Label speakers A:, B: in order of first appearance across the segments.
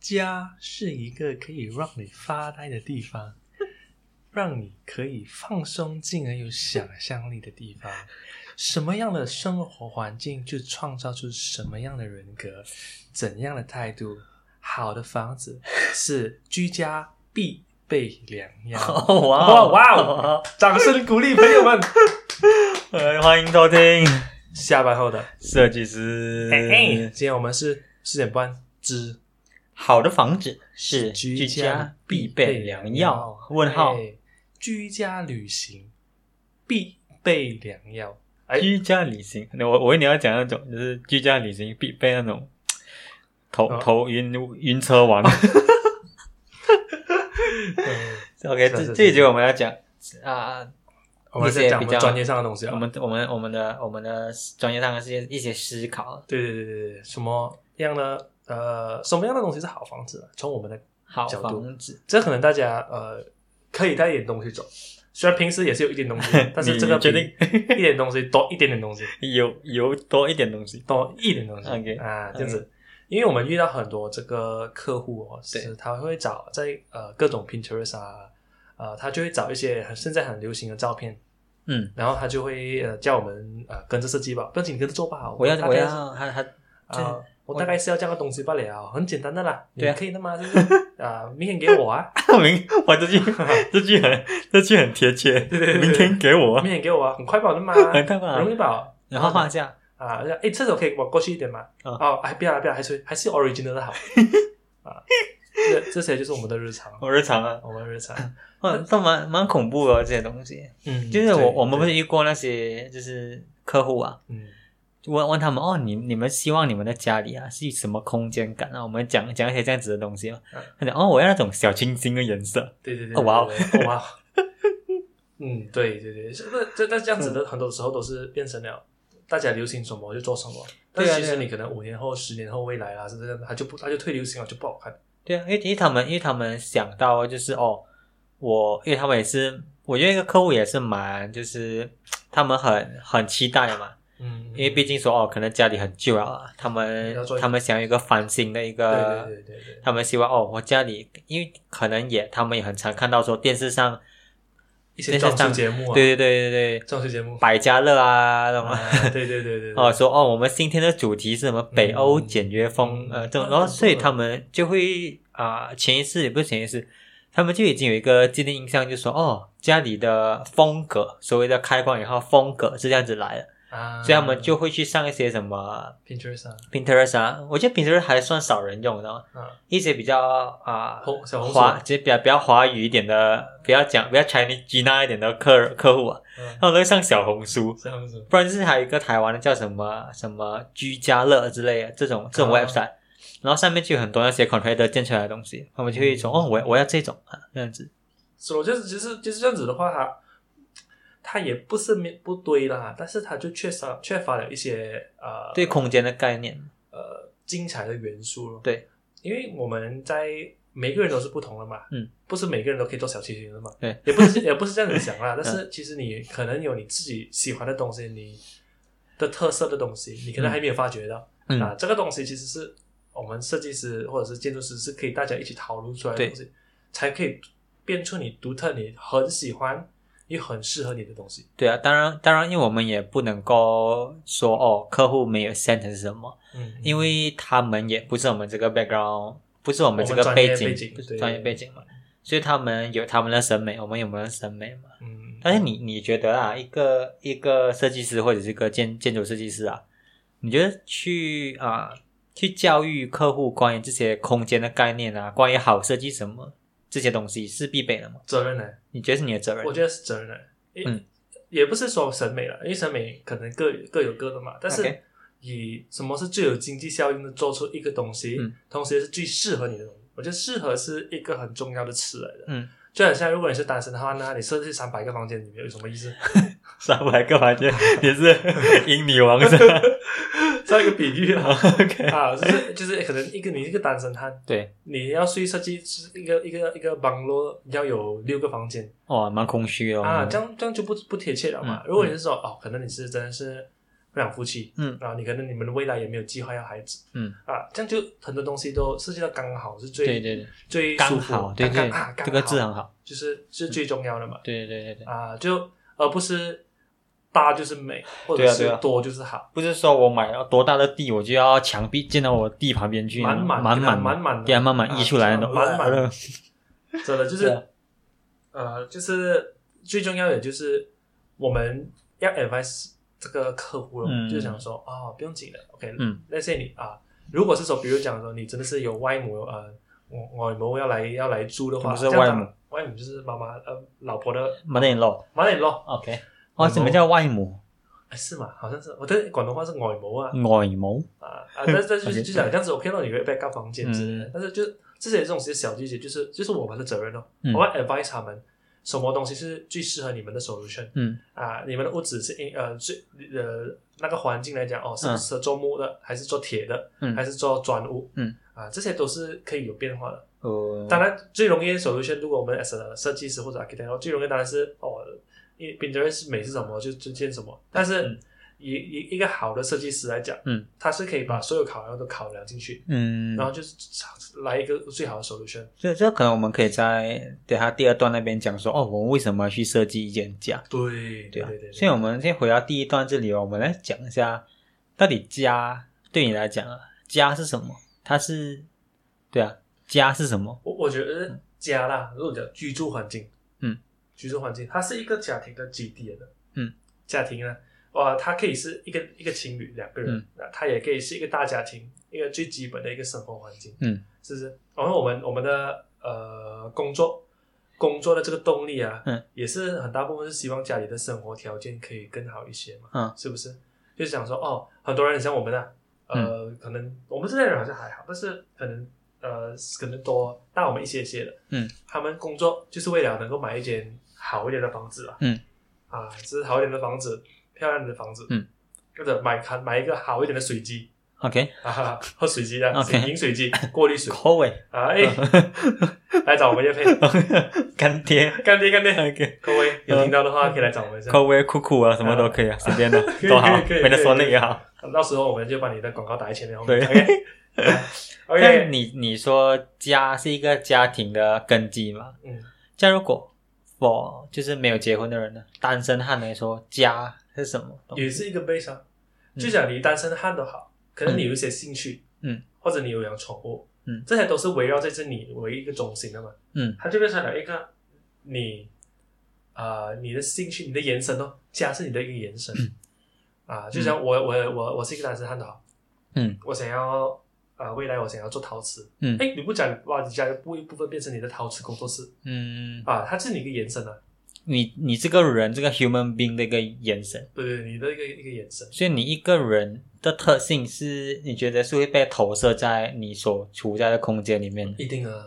A: 家是一个可以让你发呆的地方，让你可以放松，进而有想象力的地方。什么样的生活环境，就创造出什么样的人格，怎样的态度。好的房子是居家必备良药。
B: 哦哇
A: 哇
B: 哦
A: 哇哦！掌声鼓励朋友们。
B: 呃，欢迎收听
A: 下班后的，
B: 设计师。
A: 哎哎，今天我们是四点半之
B: 好的房子是
A: 居
B: 居
A: 家
B: 家
A: 必
B: 必
A: 备
B: 备
A: 良
B: 良
A: 药
B: 药？？问号，
A: 哎居家旅行必备良药。 哎
B: 居家旅行，那我我以为你要讲那种，就是居家旅行必备那种头
A: 哦
B: 头晕晕车王。OK，
A: 嗯是是
B: 这
A: 是
B: 这一集我们要讲啊，
A: 我们在讲
B: 一些比
A: 我们
B: 较
A: 专业上的东西啊
B: 我。们我们我们的我们的专业上的一些一些思考。
A: 对对对对对，什么样的呃，什么样的东西是好房子啊？从我们的
B: 好
A: 角度
B: 房子，
A: 这可能大家呃可以带一点东西走，虽然平时也是有一 点东西，但是这个
B: 你决
A: 比一点东西多一点点东西，
B: 有有多一点东西。
A: 多一点东西
B: OK，嗯
A: 啊，这样子。因为我们遇到很多这个客户哦，是他会找在呃各种 Pinterest 啊，呃，他就会找一些很现在很流行的照片，
B: 嗯，
A: 然后他就会呃叫我们呃跟着设计吧，不仅你跟着做吧，
B: 我要
A: 大概
B: 我
A: 是
B: 要他他这
A: 啊，我大概是要这样的东西罢了，很简单的啦，你
B: 对啊
A: 可以的嘛，是不 是？啊，明天给我啊，
B: 明， 我这句这句很这句很贴切。
A: 对对对对
B: 明天给我
A: 明，天给我啊，很快吧的 嘛，
B: 很快吧
A: 容易吧？
B: 然后画一下。
A: 啊，哎，厕所可以往过去一点嘛？
B: 啊
A: 哦，哎，不要了，不要了，还是还是 original 的好啊。这这些就是我们的日常，
B: 我日常啊，
A: 我们的日常。
B: 哇，都蛮蛮恐怖的这些东西。
A: 嗯，
B: 就是
A: 对
B: 我我们不，
A: 对
B: 是遇过那些就是客户啊，
A: 嗯，
B: 就问问他们哦，你你们希望你们的家里啊是什么空间感啊？我们讲讲一些这样子的东西嘛
A: 嗯。
B: 他讲哦，我要那种小清新的颜色。
A: 对对对，
B: 哦哇哦
A: 对，对对哇哦， 嗯，对对对，是那这那这样
B: 嗯
A: 子的，很多时候都是变成了大家流行什么就做什么，但
B: 对啊
A: 其实
B: 对啊
A: 你可能五年后、十年后未来啊啦，是不是？它就不，它就退流行了，就不好看。
B: 对啊，因为因为他们因为他们想到就是哦，我因为他们也是，我觉得一个客户也是蛮就是他们很很期待嘛，
A: 嗯，
B: 因为毕竟说哦，可能家里很旧了啊，他们
A: 要做一个
B: 他们想要一个翻新的一
A: 对
B: 个，
A: 对对对对，
B: 他们希望哦，我家里因为可能也他们也很常看到说电视上，
A: 一些装饰节目啊，
B: 对对对对对，
A: 装饰节目，
B: 百家乐啊，懂吗？
A: 啊对对对对，对
B: 哦，，说哦，我们今天的主题是什么？北欧简约风，
A: 嗯
B: 呃，这种，
A: 嗯
B: 然后
A: 嗯
B: 所以他们就会啊、潜意识也不是潜意识，他们就已经有一个既定印象，就说哦，家里的风格，所谓的开关以后风格是这样子来的，
A: 啊，
B: 所以他们就会去上一些什么
A: Pinterest 啊
B: Pinterest 啊，我觉得 Pinterest 还算少人用，你知道吗？
A: 啊，
B: 一些比较啊、
A: 红小红书
B: 华，就是比较比较华语一点的，比较讲比较 Chinese Gina 一点的客客户啊，
A: 嗯，
B: 他们都会上小红书，
A: 小红书，
B: 不然就是还有一个台湾的叫什么什么居家乐之类的这种这种
A: 啊
B: website，、然后上面就有很多那些 contractor 建出来的东西，他们就会说、哦，我我要这种啊这样子，
A: 所以我就是其实就是这样子的话，它它也不是没不对啦，但是它就缺少缺乏了一些呃
B: 对空间的概念，
A: 呃精彩的元素咯。
B: 对，
A: 因为我们在每个人都是不同的嘛，
B: 嗯，
A: 不是每个人都可以做小清新的嘛，
B: 对，嗯
A: 也不是 也不是这样子想啦，但是其实你可能有你自己喜欢的东西，你的特色的东西，你可能还没有发掘到。
B: 嗯，
A: 啊，这个东西其实是我们设计师或者是建筑师是可以大家一起讨论出来的东西，才可以变出你独特、你很喜欢又很适合你的东西。
B: 对啊，当然当然，因为我们也不能够说哦，客户没有 sense 是什么，
A: 嗯，
B: 因为他们也不是我们这个 background，不是我们这个
A: 我们专业
B: 背景，
A: 背景
B: 不是
A: 对
B: 专业背景嘛，所以他们有他们的审美，我们有我们的审美嘛。
A: 嗯，
B: 但是你你觉得啊，一个一个设计师或者是一个建建筑设计师啊，你觉得去啊、去教育客户关于这些空间的概念啊，关于好设计什么这些东西是必备的吗？
A: 责任呢？
B: 你觉得是你的责任？
A: 我觉得是责任呢。也
B: 嗯
A: 也不是说审美了，因为审美可能各各有各的嘛，但是
B: OK
A: 以什么是最有经济效应的做出一个东西，
B: 嗯
A: 同时也是最适合你的东西。我觉得适合是一个很重要的词来的。
B: 嗯，
A: 就很像如果你是单身的话，那你设计三百个房间里面有什么意思？
B: 上来个房间也是 英女王 是吧
A: 这样一个比喻啊。
B: ？OK，
A: 啊，就是就是可能一个你是一个单身汉，
B: 对，
A: 你要去设计一个一个一个 b a 要有六个房间
B: 哇，蛮空虚哦。
A: 啊啊，这样这样就不不贴切了嘛。
B: 嗯
A: 如果你是说哦，可能你是真的是不想夫妻，
B: 嗯
A: 然后你可能你们的未来也没有计划要孩子
B: 嗯，
A: 啊，这样就很多东西都设计到刚好是最
B: 对对对，
A: 最舒
B: 刚
A: 服
B: 好，对
A: 刚
B: 对
A: 刚啊，刚
B: 这个字嗯
A: 好
B: 很好，
A: 就是是最重要的嘛
B: 对对对对，
A: 啊，就而不是大就是美，或者
B: 对啊
A: 是
B: 对啊
A: 多就是好，
B: 不是说我买了多大的地，我就要墙壁建到我地旁边去，
A: 满满
B: 满
A: 给它
B: 满
A: 满满的
B: 给它慢慢
A: 啊
B: 溢出来那种，
A: 满满的
B: 呃
A: 真的就
B: 对啊
A: 是呃，就是最重要的就是我们要 advise 这个客户了，
B: 嗯
A: 就是想说啊、不用紧的，OK，
B: 嗯，
A: 那些你啊，如果是说，比如讲说你真的是有外母，呃，我我母要来要来住的话，
B: 什么是
A: 这样
B: 外母
A: 当，外母就是妈妈呃老婆的
B: m o t h e r i n l a w
A: 妈的咯，
B: OK，哦，什么叫外母？
A: 哎是嘛？好像是我的广东话是外母啊
B: 外母，
A: 啊啊，但 是但是
B: 嗯
A: 就
B: OK
A: 是就讲这样子 OK 咯，你会被告房间之类的
B: 嗯，
A: 但是就这些这种小细节，就是就是我们的责任咯，
B: 嗯
A: 我要 advise 他们什么东西是最适合你们的 solution。
B: 嗯
A: 啊，你们的屋子是应呃最呃那个环境来讲哦，是不
B: 嗯
A: 是做木的，还是做铁的，
B: 嗯
A: 还，是做砖屋？
B: 嗯，
A: 啊，这些都是可以有变化的。
B: 呃，
A: 当然，最容易的 solution，如果我们 as a 设计师或者 architect，最容易当然是哦，因为 Pinterest 美是什么就就建什么。但是
B: 嗯
A: 以以一个好的设计师来讲，
B: 嗯，
A: 他是可以把所有考量都考量进去，
B: 嗯，
A: 然后就是来一个最好的 solution。
B: 这这可能我们可以在等下第二段那边讲说，哦，我们为什么要去设计一间家？
A: 对
B: 对
A: 对
B: 啊
A: 对对，
B: 所以我们先回到第一段这里哦，我们来讲一下，到底家对你来讲啊，家是什么？它是，对啊，家是什么？
A: 我我觉得家啦，如果讲居住环境，
B: 嗯，
A: 居住环境，它是一个家庭的基地来的，
B: 嗯，
A: 家庭呢，哇，它可以是一个一个情侣两个人
B: 嗯，
A: 那、它也可以是一个大家庭，一个最基本的一个生活环境，
B: 嗯，
A: 是不是？然后我们我们的呃工作工作的这个动力啊，
B: 嗯，
A: 也是很大部分是希望家里的生活条件可以更好一些嘛，
B: 嗯，
A: 是不是？就是想说哦，很多人像我们啊，呃，
B: 嗯
A: 可能我们这代人好像还好，但是可能呃，可能多大我们一些些的，
B: 嗯，
A: 他们工作就是为了能够买一间好一点的房子吧，
B: 嗯，
A: 啊，就是好一点的房子，漂亮的房子，
B: 嗯，
A: 或者买卡买一个好一点的水机，
B: OK，
A: 啊哈哈，喝水机的
B: OK
A: 饮水机、过滤水
B: 口味，
A: 啊，哎，来找我们叶配，
B: 干爹
A: 干爹干爹，
B: ，OK，
A: 各位有听到的话可以来找我们一下，
B: 口味酷酷啊，什么都可以啊，随便的
A: 可以
B: 都好
A: 可以可以，
B: 为了说那
A: 可以
B: 个好。
A: 到时候我们就把你的广告打在前面，我们
B: 嗯对
A: OK。
B: 那
A: OK，
B: 你你说家是一个家庭的根基嘛？
A: 嗯，
B: 像如果我就是没有结婚的人呢，单身汉来说，家是什么东西？
A: 也是一个悲伤。
B: 嗯
A: 就讲你单身汉都好，可能你有一些兴趣，
B: 嗯，
A: 或者你有养宠物，
B: 嗯
A: 这些都是围绕在这你为一个中心的嘛，
B: 嗯，
A: 它就变成了一个你，啊，你的兴趣，你的延伸哦，家是你的一个延伸，
B: 嗯
A: 啊，就像我我我我是一个单身汉都好，
B: 嗯
A: 我想要。啊，未来我想要做陶瓷。
B: 嗯
A: 哎，你不讲哇，你家部一部分变成你的陶瓷工作室
B: 嗯，
A: 啊，它是你一个延伸啊，
B: 你你这个人这个 human being 的一个眼神，
A: 对对，你的一个一个延伸。
B: 所以你一个人的特性是你觉得是会被投射在你所处在的空间里面的。
A: 一定啊，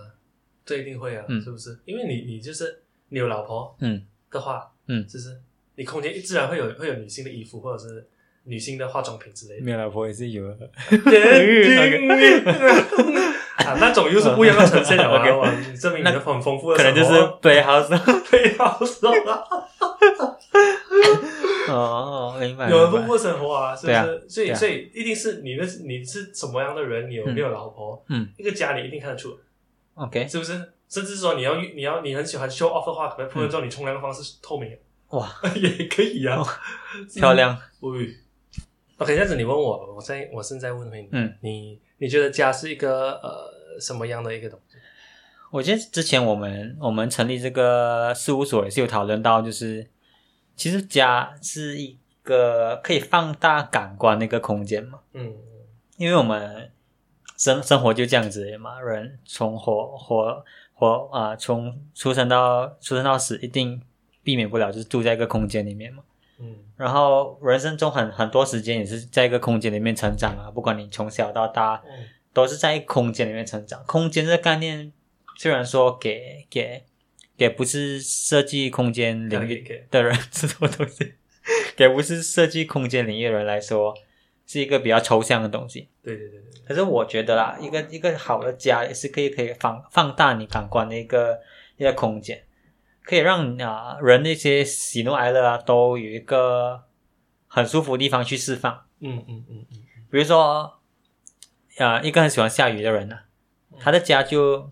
A: 这一定会啊，
B: 嗯
A: 是不是？因为你你就是你有老婆
B: 嗯
A: 的话，
B: 嗯
A: 就是你空间自然会有会有女性的衣服或者是女性的化妆品之类的。
B: 没有老婆也是有的， 嗯
A: 啊，那种又是不一样的呈现了
B: 嗯 OK
A: 啊！哇你证明你的很丰富的
B: 可能
A: 生活，
B: 就是 哎对，好是
A: 对啊，说啊，
B: 哦，明白。
A: 有很
B: 明白
A: 丰富的生活啊，是不
B: 对啊
A: 是？所以
B: 对啊
A: 所以一定是你的你是什么样的人，你有没有老婆，
B: 嗯
A: 一个家里一定看得出。
B: ，OK，
A: 是不是？甚至说你要你要你很喜欢 show off 的话，可能
B: 嗯
A: 朋友知道你冲凉的方式是透明的，
B: 哇，
A: 也可以啊嗯
B: 哦。 漂亮。
A: 喂，OK，这样子你问我，我现在我现在问回你，
B: 嗯
A: 你你觉得家是一个呃什么样的一个东西？
B: 我记得之前我们我们成立这个事务所也是有讨论到，就是其实家是一个可以放大感官的一个空间嘛，
A: 嗯
B: 因为我们生生活就这样子嘛，人从活活活啊、从出生到出生到死，一定避免不了就是住在一个空间里面嘛。
A: 嗯
B: 然后人生中很很多时间也是在一个空间里面成长啊，不管你从小到大，
A: 嗯
B: 都是在空间里面成长。空间这个概念，虽然说给给给不是设计空间领
A: 给
B: 域
A: 给
B: 的人是什么东西，给不是设计空间领域的人来说，是一个比较抽象的东西。
A: 对对对对对，
B: 可是我觉得啦，一个一个好的家也是可以可以放放大你感官的一个一个空间，可以让啊、人的一些喜怒哀乐啊都有一个很舒服的地方去释放。
A: 嗯嗯嗯嗯，
B: 比如说，呃，一个很喜欢下雨的人呢、
A: 嗯
B: 他的家就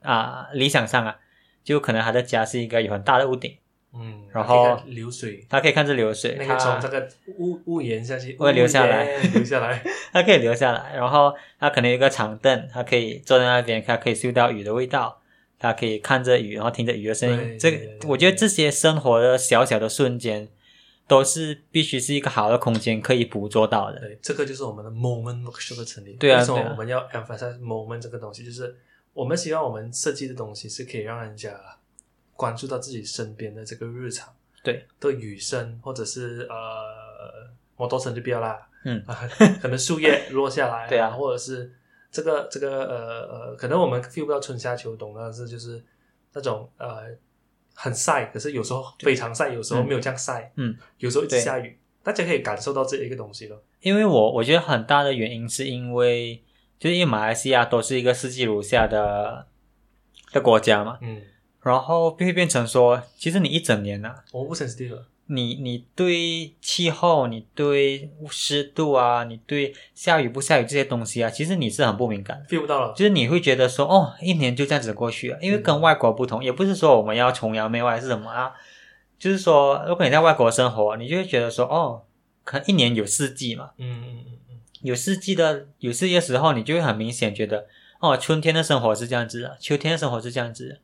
B: 啊、理想上啊，就可能他的家是一个有很大的屋顶，
A: 嗯，
B: 然后
A: 可以看流水，
B: 他可以看着流水，
A: 那
B: 他
A: 个从这个屋屋檐下去，
B: 会流下来
A: 屋檐流下来。
B: 它可以留下来，然后它可能有一个长凳，它可以坐在那边，它可以嗅到雨的味道，它可以看着雨，然后听着雨的声
A: 对
B: 音。这
A: 对
B: 个
A: 对
B: 我觉得这些生活的小小的瞬间，都是必须是一个好的空间可以捕捉到的。
A: 对，这个就是我们的 moment workshop 的成立。
B: 对啊
A: 为什么
B: 对啊
A: 我们要 emphasize moment 这个东西？就是我们希望我们设计的东西是可以让人家关注到自己身边的这个日常，
B: 对
A: 的雨声，或者是呃摩托车就不要啦，
B: 嗯
A: 啊，可能树叶落下来、
B: 对啊
A: 或者是这个这个呃呃，可能我们 feel 不到春夏秋冬，啊但是就是那种呃很晒，可是有时候非常晒，有时候没有这样晒，
B: 嗯，
A: 有时候一直
B: 对
A: 下雨，大家可以感受到这一个东西咯。
B: 因为我我觉得很大的原因是因为，就是因为马来西亚都是一个四季如夏的的国家嘛，
A: 嗯，
B: 然后就会变成说，其实你一整年呢、啊
A: 我不 sensitive 了。
B: 你你对气候、你对湿度啊、你对下雨不下雨这些东西啊，其实你是很不敏感的。
A: feel 不到了。
B: 就是你会觉得说，哦，一年就这样子过去了，因为跟外国不同，也不是说我们要崇洋媚外还是什么啊，就是说，如果你在外国生活，你就会觉得说，哦，可能一年有四季嘛，
A: 嗯嗯嗯嗯，
B: 有四季的有四季的时候，你就会很明显觉得，哦，春天的生活是这样子的，秋天的生活是这样子的，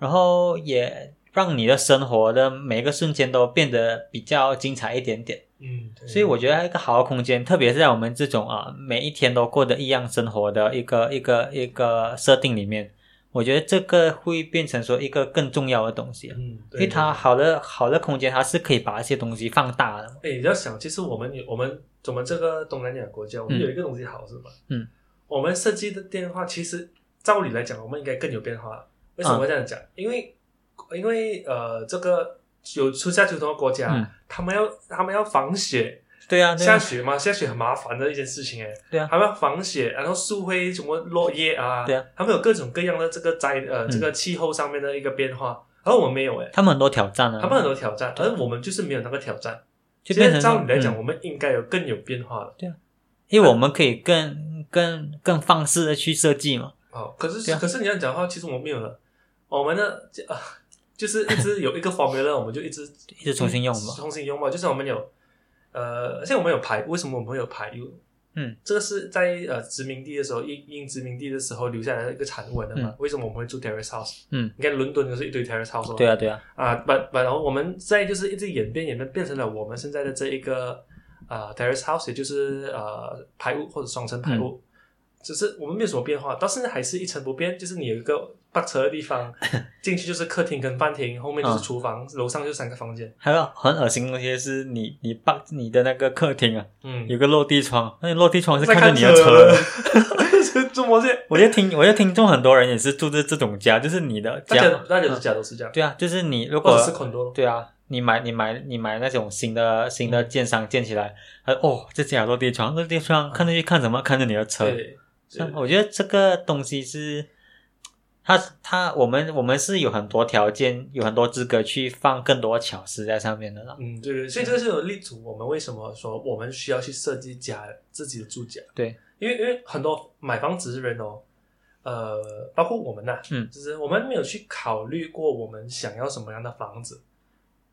B: 然后也让你的生活的每一个瞬间都变得比较精彩一点点。
A: 嗯，对
B: 所以我觉得一个好的空间，特别是在我们这种啊每一天都过得一样生活的一个一个一个设定里面，我觉得这个会变成说一个更重要的东西啊，
A: 嗯，
B: 因
A: 对
B: 为它好的好的空间，它是可以把一些东西放大的嘛。
A: 哎，你要想，其实我们有我们我们这个东南亚国家，我
B: 嗯
A: 们有一个东西好是吧？
B: 嗯，
A: 我们设计的变化，其实照理来讲，我们应该更有变化。为什
B: 啊
A: 么会这样讲？因为因为呃，这个有春夏秋冬的国家，
B: 嗯
A: 他们要他们要防雪，
B: 对啊，对
A: 下
B: 啊，
A: 雪嘛，下雪很麻烦的一件事情哎。
B: 对啊
A: 他们要防雪，然后树灰什么落叶啊，
B: 对啊，
A: 他们有各种各样的这个灾呃
B: 嗯
A: 这个气候上面的一个变化，而我们没有哎。
B: 他们很多挑战啊，
A: 他们很多挑战，而我们就是没有那个挑战。
B: 就
A: 其
B: 变
A: 实
B: 成
A: 照理来讲，
B: 嗯
A: 我们应该有更有变化了。
B: 因为我们可以更更更放肆的去设计嘛。
A: 哦，可是、
B: 对啊
A: 可是你要讲的话，其实我们没有了。我们的就啊，就是一直有一个 formula，我们就一直
B: 一直重新用吧
A: 重新用吧。就是我们有呃，像我们有排，为什么我们会有排油？
B: 嗯，
A: 这个是在呃殖民地的时候，英英殖民地的时候留下来的一个产物的嘛。为什么我们会住 terrace house？
B: 嗯，
A: 你看伦敦就是一堆 terrace house 哦
B: 对啊，对啊，
A: 啊，把把然后我们在就是一直演变演变，变成了我们现在的这一个呃 terrace house，也就是呃排屋或者双层排
B: 嗯
A: 屋，只是我们没有什么变化，到现在还是一成不变，就是你有一个泊车的地方，进去就是客厅跟饭厅，后面就
B: 嗯
A: 是厨房，楼上就三个房间，
B: 还有很恶心的东西是你你爸你的那个客厅啊，
A: 嗯，
B: 有个落地窗，那你落地窗是
A: 在
B: 看着你的
A: 车
B: 车。，
A: 这这么这，
B: 我就听，我就听众很多人也是住这这种家，就是你的
A: 大
B: 家，
A: 家大家都是家都是这样，
B: 对啊，就是你如
A: 或
B: 果
A: 者是很多咯，
B: 对啊，你买你买你买那种新的新的建商建起来，他哦这家有落地窗，落地窗看上去看什么？看着你的车，
A: 对，
B: 像我觉得这个东西是，它它我们我们是有很多条件，有很多资格去放更多巧思在上面的啦。
A: 嗯，对对，所以这个是有立足我们为什么说我们需要去设计家自己的住家。
B: 对，
A: 因为因为很多买房子的人哦，呃，包括我们呐、
B: 嗯
A: 就是我们没有去考虑过我们想要什么样的房子，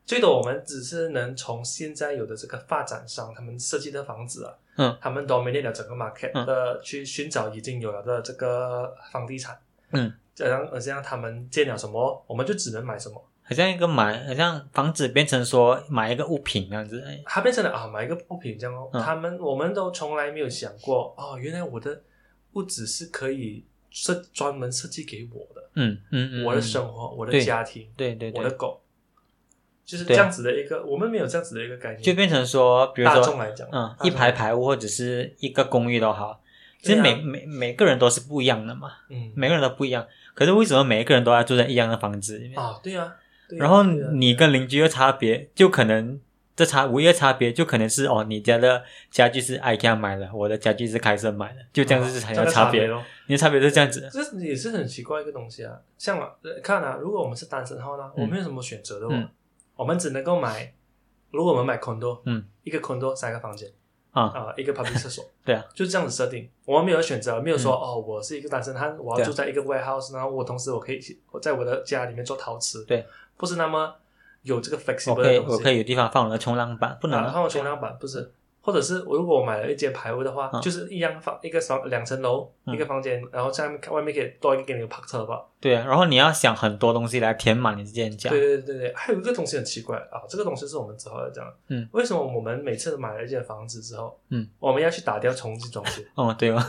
A: 最多我们只是能从现在有的这个发展商他们设计的房子啊，
B: 嗯，
A: 他们 dominate 了整个 market
B: 嗯
A: 的、去寻找已经有了的这个房地产，
B: 嗯，
A: 这样这样他们建了什么，我们就只能买什么，
B: 好像一个买，好像房子变成说买一个物品那样子，哎
A: 它变成了啊买一个物品这样哦，
B: 嗯
A: 他们我们都从来没有想过哦，原来我的屋子是可以设专门设计给我的。
B: 嗯嗯嗯，
A: 我的
B: 嗯，
A: 生活、我的
B: 对
A: 家庭、
B: 对对
A: 我
B: 对
A: 的，狗，就是这
B: 对啊
A: 样子的一个，我们没有这样子的一个概念。
B: 就变成说，比如
A: 大
B: 说
A: 众来讲，
B: 嗯
A: 大，众
B: 一排，排屋或者是一个公寓都好，其
A: 对
B: 实
A: 啊
B: 每、每每个人都是不一样的嘛，
A: 嗯，
B: 每个人都不一样。可是为什么每一个人都要住在一样的房子里面？
A: 啊，对啊，对啊
B: 然后
A: 对啊
B: 你跟邻居的差别，就可能这差唯一的差别就可能是哦，你家的家具是 IKEA 买的，我的家具是开盛买的，就这样子是很
A: 啊这
B: 有
A: 个
B: 差
A: 差
B: 别。
A: 咯。
B: 你的差别就是这样子，
A: 这也是很奇怪一个东西啊。像啊，呃看啊，如果我们是单身后呢，
B: 嗯
A: 我们有什么选择的哦？
B: 嗯
A: 我们只能够买如果我们买 condo，
B: 嗯，
A: 一个 condo 三个房间
B: 啊，
A: 啊、一个 public 厕所，
B: 对啊，嗯
A: 就是这样子设定。我们没有选择，没有说、哦，我是一个单身汉，
B: 啊
A: 我要住在一个 warehouse，然后我同时我可以我在我的家里面做陶瓷，
B: 对，
A: 不是那么有这个 flexible
B: 我可以
A: 的东
B: 我
A: 西。
B: 可以有地方放我的冲浪板，不能
A: 啊，
B: 啊
A: 换我冲浪板不是，或者是我如果我买了一间排屋的话，
B: 嗯
A: 就是一样房一个房两层楼、
B: 嗯
A: 一个房间，然后下面外面可以多一个给你个 park 车吧。
B: 对啊，然后你要想很多东西来填满你这间家
A: 对，对对对，还有一个东西很奇怪啊，这个东西是我们之后要讲的。
B: 嗯，
A: 为什么我们每次买了一间房子之后，
B: 嗯，
A: 我们要去打掉重新装修？
B: 哦， 对哦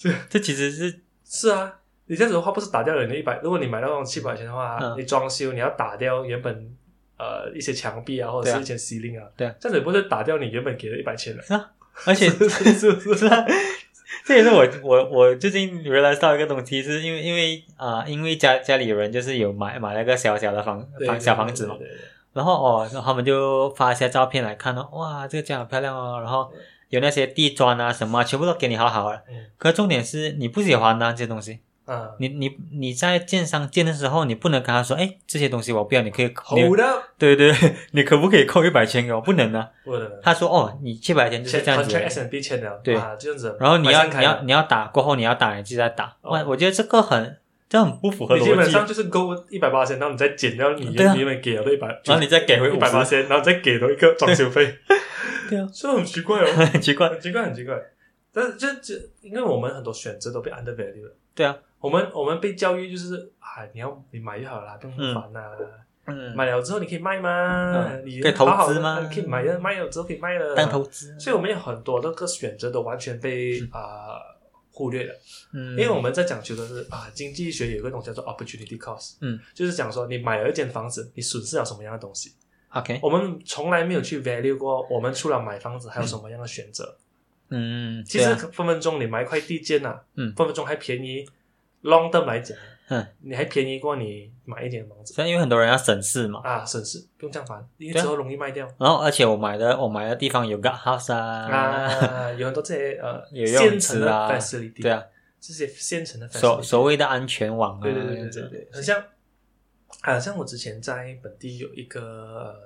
A: 对，
B: 这其实 是
A: 是啊，你这样子的话不是打掉人的一百，如果你买到那种七百钱的话，
B: 嗯
A: 你装修你要打掉原本呃一些墙壁啊，或者
B: 对啊
A: 是一些 ceiling 啊，
B: 对啊
A: 这样子不是打掉你原本给的一百钱了？
B: 是啊，而且
A: 是不是？
B: 这也是我我我最近 realize 到一个东西，是因为因为啊、因为家家里有人就是有买买了个小小的房
A: 对
B: 房小房子嘛，
A: 对对对对
B: 然后哦，然后他们就发一些照片来看哦，哇，这个家好漂亮哦，然后有那些地砖啊什么啊，全部都给你好好的。
A: 嗯
B: 可重点是你不喜欢呢、这些东西，
A: 啊，
B: 你你你在建商建的时候，你不能跟他说，哎，这些东西我不要，你可以，
A: 好
B: 你
A: 的，
B: 对对，对你可不可以扣一百千给我？不能啊。
A: 不能
B: 他说哦，你七百千 就是
A: 签
B: 这样子
A: contract
B: 的。
A: S B 签了，
B: 对
A: 啊，这样子，
B: 然后你要
A: 马上开
B: 你要
A: 了
B: 你要打过后你要打，你自己再打。
A: 哦
B: 我、我觉得这个很这很不符合
A: 你基
B: 逻
A: 本
B: 辑
A: 上。就是够一百八千，然后你再减掉你
B: 对啊
A: 原本给了的一百，
B: 然后你再给回
A: 一百八
B: 50
A: 千，然后再给了一个装修费，
B: 对 啊，
A: 所以很奇怪哦，
B: 很奇怪。
A: 很奇怪，很奇怪。但是这这，因为我们很多选择都被 undervalue 了，
B: 对啊，
A: 我们我们被教育就是啊，你要你买就好啦，不用
B: 嗯
A: 烦啦。
B: 嗯，
A: 买了之后你可以卖嘛，
B: 嗯
A: 你
B: 可以投资
A: 好好地
B: 嘛
A: 你可以买了，卖了之后可以卖了，
B: 当投资。
A: 所以我们有很多那个选择都完全被啊、呃忽略了，
B: 嗯，
A: 因为我们在讲求的是啊、经济学有一个东西叫做 opportunity cost，
B: 嗯，
A: 就是讲说你买了一间房子，你损失了什么样的东西，
B: OK，
A: 我们从来没有去 value 过，我们除了买房子还有什么样的选择？
B: 嗯，
A: 其
B: 对
A: 实
B: 啊
A: 分分钟你买一块地建啊，
B: 嗯
A: 分分钟还便宜，long term 来讲，
B: 嗯，
A: 你还便宜过你买一间房子
B: 所以因为很多人要省事嘛，
A: 啊，省事不用这样烦，因为
B: 对啊
A: 之后容易卖掉。
B: 然后而且我买的我买的地方有 g u t house 啊，
A: 啊，有很多这些呃
B: 有
A: 现
B: 用
A: 成
B: 池
A: 的
B: 啊
A: facility，
B: 对，啊，
A: 这些现成的 facility，
B: 所所谓的安全网啊，
A: 对对对对
B: 这
A: 对
B: 样子
A: 对，很像，啊，像我之前在本地有一个、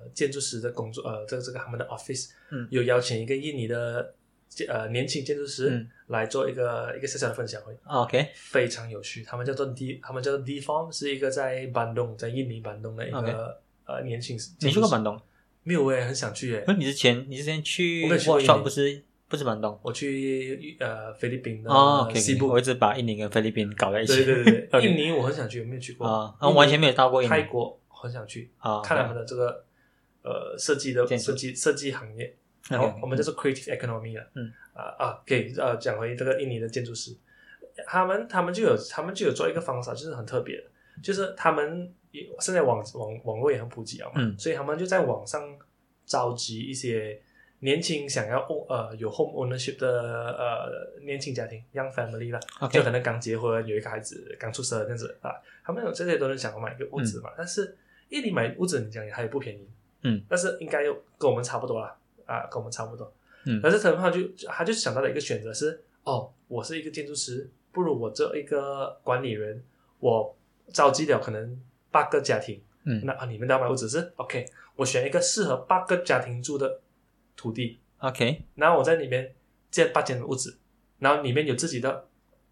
A: 呃、建筑师的工作，呃，这个这个他们的 office，
B: 嗯
A: 有邀请一个印尼的建呃年轻建筑师
B: 嗯
A: 来做一个一个小小的分享会，
B: 啊 OK
A: 非常有趣。他们叫做 D，他们叫做 D Form，是一个在班东，在印尼班东的一个
B: 啊 OK
A: 呃年轻建筑师。
B: 你去过满东？
A: 没有诶、很想去诶、
B: 那你之前你之前去
A: 我没有去过
B: workshop
A: 印尼
B: 不是不是满东？
A: 我去呃菲律宾的
B: 哦，OK，
A: 西
B: OK，
A: 部，
B: 我一直把印尼跟菲律宾搞在一
A: 对
B: 起。
A: 对对 对，
B: OK
A: 印尼我很想去，有没有去过
B: 啊，啊完全没有到过印尼
A: 泰国很想去，
B: 啊，
A: 看他们的这个呃设计的
B: 建筑
A: 设计设计行业，
B: OK，
A: 然后我们叫做 creative economy 了。
B: 嗯
A: 啊啊，可以呃讲回这个印尼的建筑师，他们他们就有他们就有做一个方法，就是很特别的，就是他们也现在网网网络也很普及啊嘛，
B: 嗯
A: 所以他们就在网上召集一些。年轻想要 own 呃有 home ownership 的呃年轻家庭 young family 啦，
B: 啊 OK
A: 就可能刚结婚有一个孩子刚出生这样子啊，他们有这些都能想要买一个屋子嘛，但是印尼买屋子你讲也还不便宜，
B: 嗯，
A: 但是应该又跟我们差不多啦，啊，跟我们差不多，
B: 嗯
A: 但是陈胖就他就想到了一个选择是，哦，我是一个建筑师，不如我这一个管理人，我召集了可能八个家庭，
B: 嗯
A: 那啊你们都要买屋子是 OK，我选一个适合八个家庭住的土地，
B: OK，
A: 然后我在里面建八间屋子，然后里面有自己的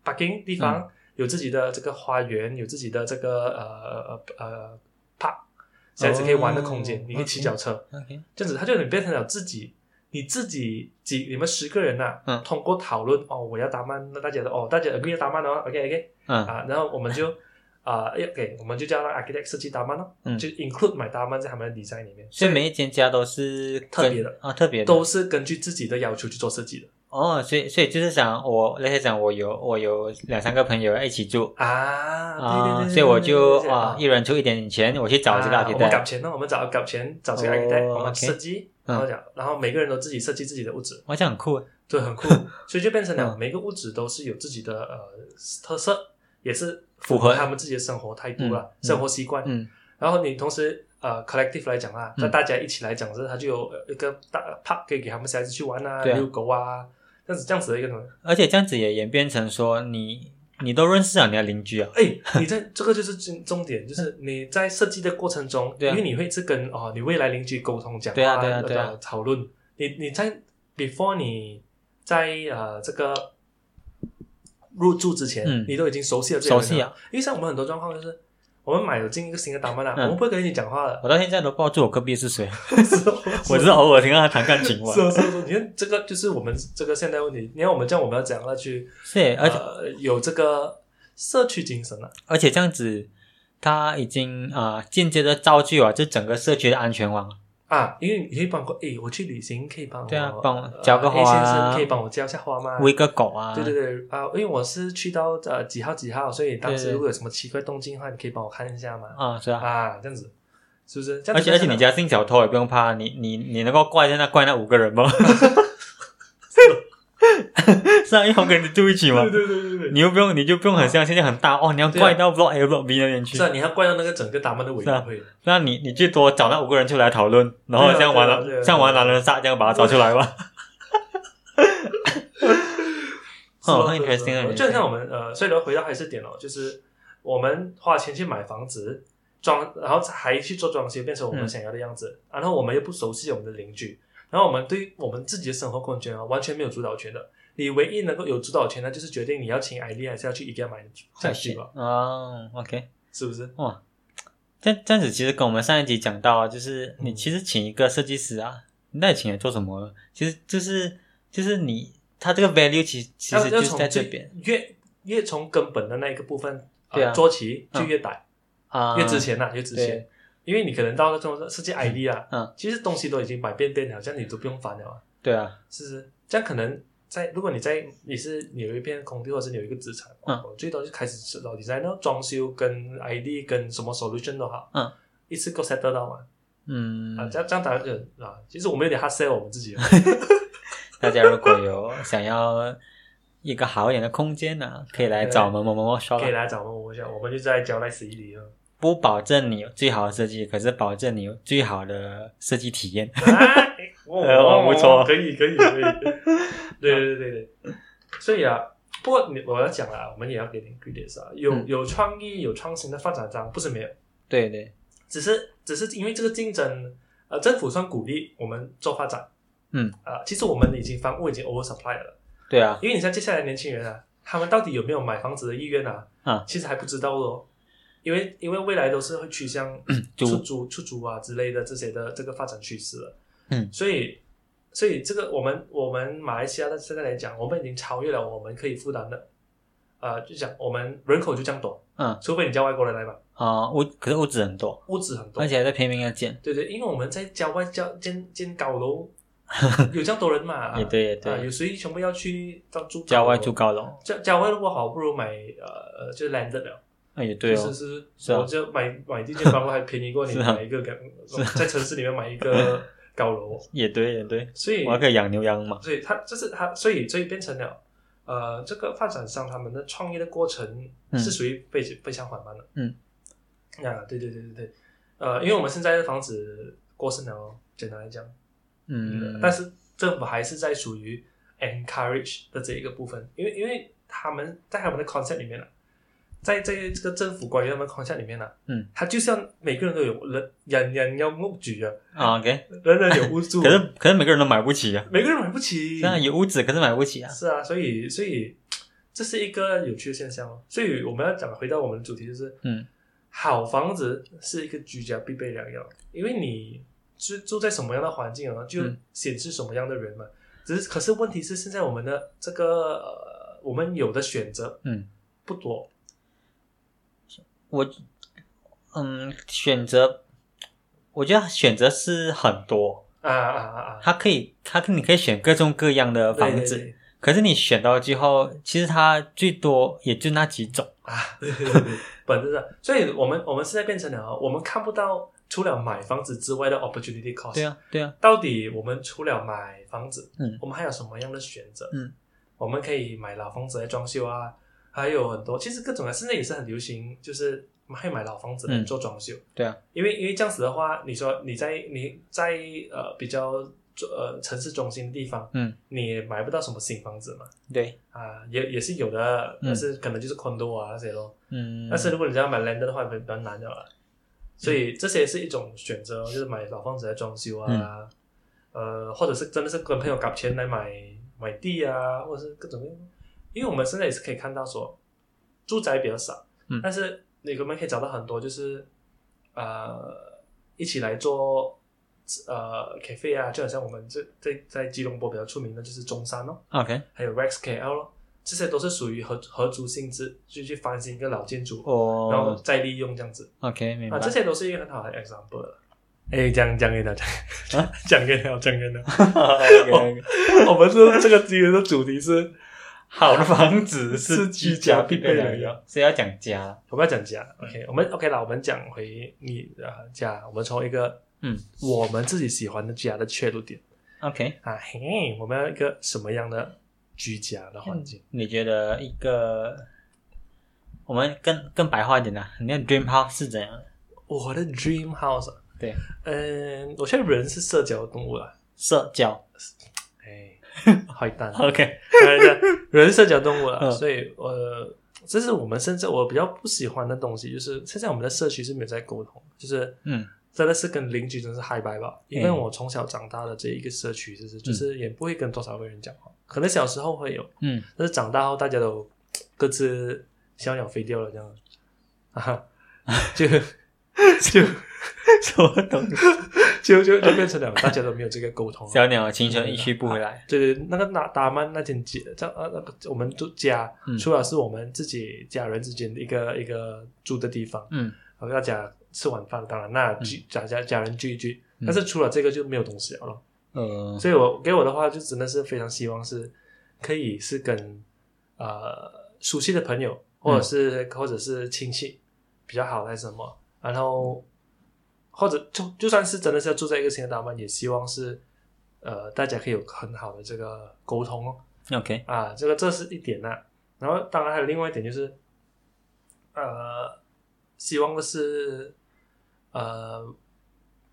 A: parking 地方，
B: 嗯
A: 有自己的这个花园，有自己的这个呃呃呃 park，这样子可以玩的空间，
B: 哦
A: 你可以骑脚车，
B: OK，
A: 这样子它就能变成了自己。你自己几你们十个人呐、
B: 嗯
A: 通过讨论哦，我要打扮，那大家都哦，大家 agree 要打扮哦，OK OK
B: 嗯
A: 啊，然后我们就啊、要给我们就叫那 architect 设计打扮哦，
B: 嗯
A: 就 include 买打扮在他们的 design 里面，
B: 所以每一间家都是
A: 特
B: 跟
A: 别的
B: 啊，特别的
A: 都是根据自己的要求去做设计的
B: 哦，所以所以就是讲我那些讲我有我有两三个朋友一起住
A: 啊，
B: 啊，
A: 对对对对对对对
B: 所以我就
A: 对对
B: 啊一人出一点点钱，我去找这个
A: 啊我们搞
B: architect，
A: 钱呢，我们找搞钱，找这个
B: 哦
A: architect，我们
B: OK
A: 设计，
B: 嗯
A: 然后讲，然后每个人都自己设计自己的屋子，
B: 哇，这样很酷啊
A: 对，很酷，所以就变成了
B: 嗯
A: 每个屋子都是有自己的呃特色，也是
B: 符合
A: 他们自己的生活态度啦
B: 嗯，嗯
A: 生活习惯。
B: 嗯
A: 然后你同时呃 collective 来讲啊，
B: 嗯
A: 那大家一起来讲是，它就有呃一个大 park 可以给他们小孩子去玩啊，
B: 对啊
A: 遛狗啊，这样子这样子的一个东西。
B: 而且这样子也演变成说你你都认识啊，你的邻居啊，
A: 哎、你在这个就是重重点，就是你在设计的过程中，
B: 嗯对啊
A: 因为你会去跟哦你未来邻居沟通讲话，
B: 对啊对啊对啊
A: 呃讨论。你你在 before 你在呃这个入住之前，
B: 嗯
A: 你都已经熟悉了这个人
B: 熟悉啊
A: 了。因为像我们很多状况就是，我们买有进一个新的档案了，
B: 嗯
A: 我们不会跟你讲 话了。啊
B: 我到现在都不知道住我隔壁是谁，啊
A: 我
B: 我是偶尔听到他弹钢琴玩
A: 是。啊是啊，是啊你看这个就是我们这个现代问题。你看我们这样，我们要怎样要去
B: 是，哎而且、
A: 呃有这个社区精神啊？
B: 而且这样子，他已经啊、呃间接的造就了这整个社区的安全网。
A: 啊，因为你可以帮我，诶，我去旅行可以帮我，
B: 对啊
A: 呃
B: 帮我浇个花
A: A
B: 啊
A: 先生可以帮我浇下花吗？
B: 喂个狗啊，
A: 对对对，啊，因为我是去到呃几号几号，所以当
B: 对
A: 时如果有什么奇怪动静的话，你可以帮我看一下嘛。
B: 啊是啊，
A: 啊，这样子是不是？这
B: 而
A: 样子
B: 且而且你
A: 这
B: 家
A: 样
B: 信小偷也不用怕，你你你能够怪在那怪那五个人吗？ 是啊，因为我跟你住一起嘛
A: 子，对对对对对，
B: 你又不用你就不用很像现在很大哦，你要
A: 对啊
B: 怪到 block A block B 那边去
A: 是，啊，你要怪到那个整个达曼的委员会了，
B: 那你你最多找那五个人出来讨论，然后
A: 对啊
B: 像玩
A: 对啊对啊对
B: 狼
A: 啊
B: 像玩狼人杀这样把它找出来 吧。
A: 是
B: 哦，
A: 咯
B: 很
A: 是咯是
B: interesting 啊
A: 咯
B: 你
A: 就像我们呃，所以回到还是点哦，就是我们花钱去买房子。装，然后还去做装修，变成我们
B: 嗯
A: 想要的样子。然后我们又不熟悉我们的邻居，然后我们对于我们自己的生活空间啊，完全没有主导权的。你唯一能够有主导权的，就是决定你要请 ID 还是要去宜家买家具吧，
B: 哦，OK，
A: 是不是？
B: 哇，这这样子其实跟我们上一集讲到啊，就是你
A: 嗯
B: 其实请一个设计师啊，那你请来做什么呢？其实就是就是你他这个 value 其实其
A: 要
B: 实
A: 要
B: 就是
A: 从
B: 在这
A: 最
B: 边
A: 越越从根本的那一个部分呃
B: 对啊
A: 做起，就
B: 嗯
A: 越歹，
B: 啊，
A: 越值钱呐，越值钱
B: 对。
A: 因为你可能到那种设计 ID 啊，
B: 嗯
A: 其实东西都已经买遍遍了，这样你都不用烦了啊。
B: 对啊，
A: 是不是？这样可能在如果你在你是你有一片空地，或者是你有一个资产，
B: 嗯
A: 我最多就开始找 designer 装修跟 ID 跟什么 solution 都好，
B: 嗯，
A: 一次够 set 到嘛？
B: 嗯，
A: 啊，这样这样当然就啊，其实我们有点 hard sell 我们 自己了，
B: 大家如果有想要一个好一点的空间呢、可以来找我们某某某
A: 可以
B: shop 啊。
A: 来找我们，我想我们就在交代十一里了。
B: 不保证你有最好的设计，可是保证你有最好的设计体 验。
A: 啊，哦
B: 哎哦不错
A: 可以可 以可以，对对对对对，所以啊。不过你我要讲啊啦，我们也要给点 credit 啊，有
B: 嗯
A: 有创意、有创新的发展商不是没有，
B: 对对，
A: 只是只是因为这个竞争，呃，政府算鼓励我们做发展，
B: 嗯，
A: 呃，其实我们已经房屋已经 over supply 了，
B: 对啊，
A: 因为你像接下来的年轻人啊，他们到底有没有买房子的意愿啊？
B: 啊
A: 其实还不知道哦，因为因为未来都是会趋向
B: 租
A: 出租、出租啊之类的这些的这个发展趋势了，
B: 嗯
A: 所以所以这个我们我们马来西亚的现在来讲，我们已经超越了我们可以负担的，呃，就讲我们人口就这样多，
B: 嗯
A: 除非你叫外国人来买，
B: 啊、屋可是屋子很多，
A: 屋子很多
B: 而，且还在平民的建，
A: 对对，因为我们在郊外叫建建 高楼，有这样多人嘛，
B: 也对也
A: 啊，
B: 对，
A: 有谁全部要去到住
B: 郊外住
A: 住
B: 高楼，
A: 郊郊外如果好，不如买呃就是 landed 了，
B: 哎也对
A: 就
B: 哦，
A: 是是
B: 是啊
A: 我就买买地建房屋还便宜过你
B: 是啊
A: 买一 个高在城市里面买一个 高楼，
B: 也对也对，
A: 所以
B: 我还可以养牛羊嘛，
A: 所以它就是它，所以所以变成了呃这个发展商他们的创业的过程
B: 嗯
A: 是属于非非常缓慢的，
B: 嗯，
A: 啊，对对对对对，呃，因为我们现在的房子过剩了哦，简单来讲。
B: 嗯，
A: 但是政府还是在属于 encourage 的这一个部分，因为因为他们在他们的 concept 里面呢、在这这个政府官员们 concept 里面呢、
B: 嗯，
A: 他就像每个人都有人人人有屋住啊，
B: 啊 OK，
A: 人人有屋住，啊
B: 可是可是每个人都买不起啊，
A: 每个人买不起，
B: 虽然有屋子，可是买不起啊，
A: 是啊，所以所以这是一个有趣的现象哦。所以我们要讲回到我们的主题，就是
B: 嗯，
A: 好房子是一个居家必备良药，因为你住住在什么样的环境啊，就
B: 嗯
A: 显示什么样的人嘛。只是可是问题是，现在我们的这个呃，我们有的选择
B: 嗯
A: 不多，
B: 我嗯选择，我觉得选择是很多，
A: 啊啊啊啊，
B: 它可以它可以你可以选各种各样的
A: 对
B: 房
A: 对
B: 子，
A: 对
B: 可是你选到之后，其实它最多也就那几种，
A: 啊， 对对对，对本质上，所以我们我们现在变成了，我们看不到除了买房子之外的 opportunity cost。
B: 对啊对啊，
A: 到底我们除了买房子，
B: 嗯
A: 我们还有什么样的选择？
B: 嗯，
A: 我们可以买老房子来装修啊，还有很多，其实各种啊，现在也是很流行，就是会买老房子来
B: 嗯
A: 做装修，
B: 对啊，
A: 因为因为这样子的话，你说你在你在呃比较呃城市中心的地方，
B: 嗯，
A: 你也买不到什么新房子嘛，
B: 对，
A: 啊，也也是有的，
B: 嗯
A: 但是可能就是 condo 啊那些咯。
B: 嗯，
A: 但是如果你要买 land 的话，比较难的了啦。所以这些是一种选择，就是买老房子来装修
B: 嗯
A: 啊，呃，或者是真的是跟朋友搞钱来买买地啊，或者是各种各样。因为我们现在也是可以看到说，住宅比较少，
B: 嗯
A: 但是你我们可以找到很多就是呃一起来做呃 cafe 啊，就好像我们这在在吉隆坡比较出名的就是中山哦，
B: OK，
A: 还有 Rex KL 咯，这些都是属于合合租性质，就去翻新一个老建筑，然后
B: 哦
A: 再利用这样子
B: ，OK，明白嗯
A: 啊， 这。些都是一个很好的 example 了。哎，讲讲给大家，
B: 啊
A: 讲给了，讲给了。
B: OK，OK
A: 我们这这个今天的主题是，
B: 好的房子
A: 是居家必备 良药，
B: 所以要讲家。
A: 我们要讲家，OK，我们 OK 啦，我们讲回你啊家，我们从一个
B: 嗯
A: 我们自己喜欢的家的切入点
B: ，OK，
A: 啊，嘿，我们要一个什么样的居家的环境？
B: 你觉得一个我们更更白话一点呢、你的 dream house 是怎样的？
A: 我的 dream house，啊
B: 对，
A: 嗯，我觉得人是社交动物啦，
B: 社交。
A: 哎，坏 蛋，
B: OK，
A: 当然是人是社交动物了，
B: 嗯
A: 所以呃，这是我们现在我比较不喜欢的东西，就是现在我们的社区是没有在沟通，就是
B: 嗯
A: 真的是跟邻居真是嗨拜吧，因为
B: 嗯
A: 我从小长大的这一个社区，就是就是也不会跟多少个人讲话，可能小时候会有，
B: 嗯
A: 但是长大后大家都各自小鸟飞掉了这样，啊哈，就就
B: 什么东西？
A: 就就就变成了大家都没有这个沟通了，
B: 小鸟青春一去不回来。
A: 对对，那个达达曼那间家，这呃那个我们住家，
B: 嗯
A: 除了是我们自己家人之间的一个一个住的地方，
B: 嗯
A: 然后大家吃晚饭，当然那聚家家家人聚一聚，
B: 嗯
A: 但是除了这个就没有东西了咯。
B: 呃
A: 所以我给我的话就真的是非常希望是可以是跟呃熟悉的朋友，或者是、或者是亲戚比较好还是什么，然后或者就就算是真的是要住在一个新的岛嘛，也希望是呃大家可以有很好的这个沟通哦。
B: ，OK，
A: 啊，这个这是一点呐、然后当然还有另外一点就是，呃，希望的是，呃，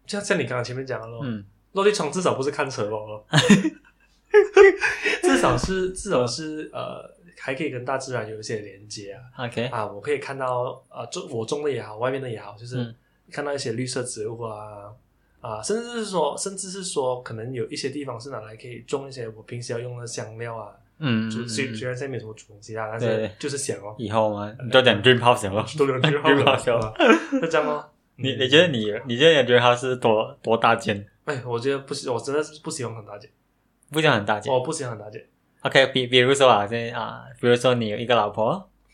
A: 像像你刚刚前面讲的咯，
B: 嗯
A: 落地窗至少不是看车哦， 至少是至少是呃，还可以跟大自然有一些连接啊。
B: ，OK，
A: 啊，我可以看到啊，种我种的也好，外面的也好，就是
B: 嗯
A: 看到一些绿色植物啊啊，甚至是说，甚至是说，可能有一些地方是拿来可以种一些我平时要用的香料啊，
B: 嗯，
A: 就
B: 嗯
A: 虽
B: 嗯
A: 虽然现在没有什么煮东西啊，但
B: 对
A: 是
B: 对
A: 就是香 哦，
B: 以后嘛，你都讲 dream house 了。
A: 都留 句号
B: 绿帽
A: 了，
B: 香
A: 啊就这样咯。
B: 你
A: 嗯
B: 你觉得你你觉得你 dream house 是多多大间？
A: 哎，我觉得不喜，我真的是不喜欢很大姐，
B: 不讲很大间。
A: 我不喜欢很大姐，
B: OK，比比如说啊，这啊，比如说你有一个老婆，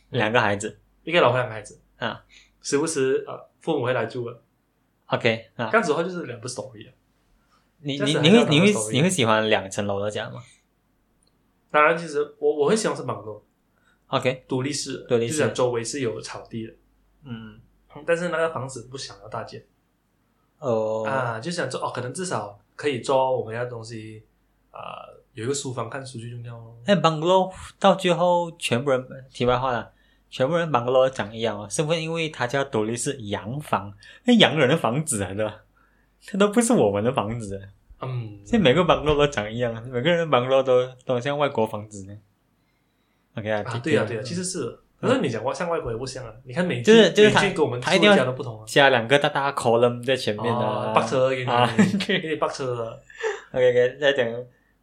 A: 嗯
B: 两个孩子
A: 一个老婆两个孩子，
B: 啊
A: 时不时啊父母会来住的，
B: ，OK 啊
A: 这，样子的话就是两不是同意啊。
B: 你
A: 这样
B: 你
A: 子
B: 你
A: 还
B: 会你
A: 叫
B: 会
A: 老婆手艺
B: 你会喜欢两层楼的家吗
A: 当然，其实我我会喜欢是盲楼，
B: ？OK，
A: 独立式的，
B: 独立式
A: 就是周围是有草地的，
B: 嗯，
A: 但是那个房子不想要大件
B: 哦，
A: 啊，就想做哦，可能至少可以做我们要的东西啊，有一个书房看书就用掉哦。
B: 那 bungalow 到最后全部人题外话了，全部人 bungalow 长一样哦，是不是因为它叫独立式洋房，那洋人的房子来的，它都不是我们的房子，
A: 嗯，
B: 现在每个 bungalow 都长一样，每个人的 bungalow 都都像外国房子呢。OK 啊
A: 啊，对呀、对呀、其实是的。可是你讲外像外国也不像啊，你看美剧，
B: 嗯就是就是他
A: 美剧跟我们
B: 他一定要
A: 住的家都不同啊。
B: 加两个大大 column 在前面的、
A: 哦，巴车给你，
B: 啊
A: 给你巴车的。
B: OK OK，再讲，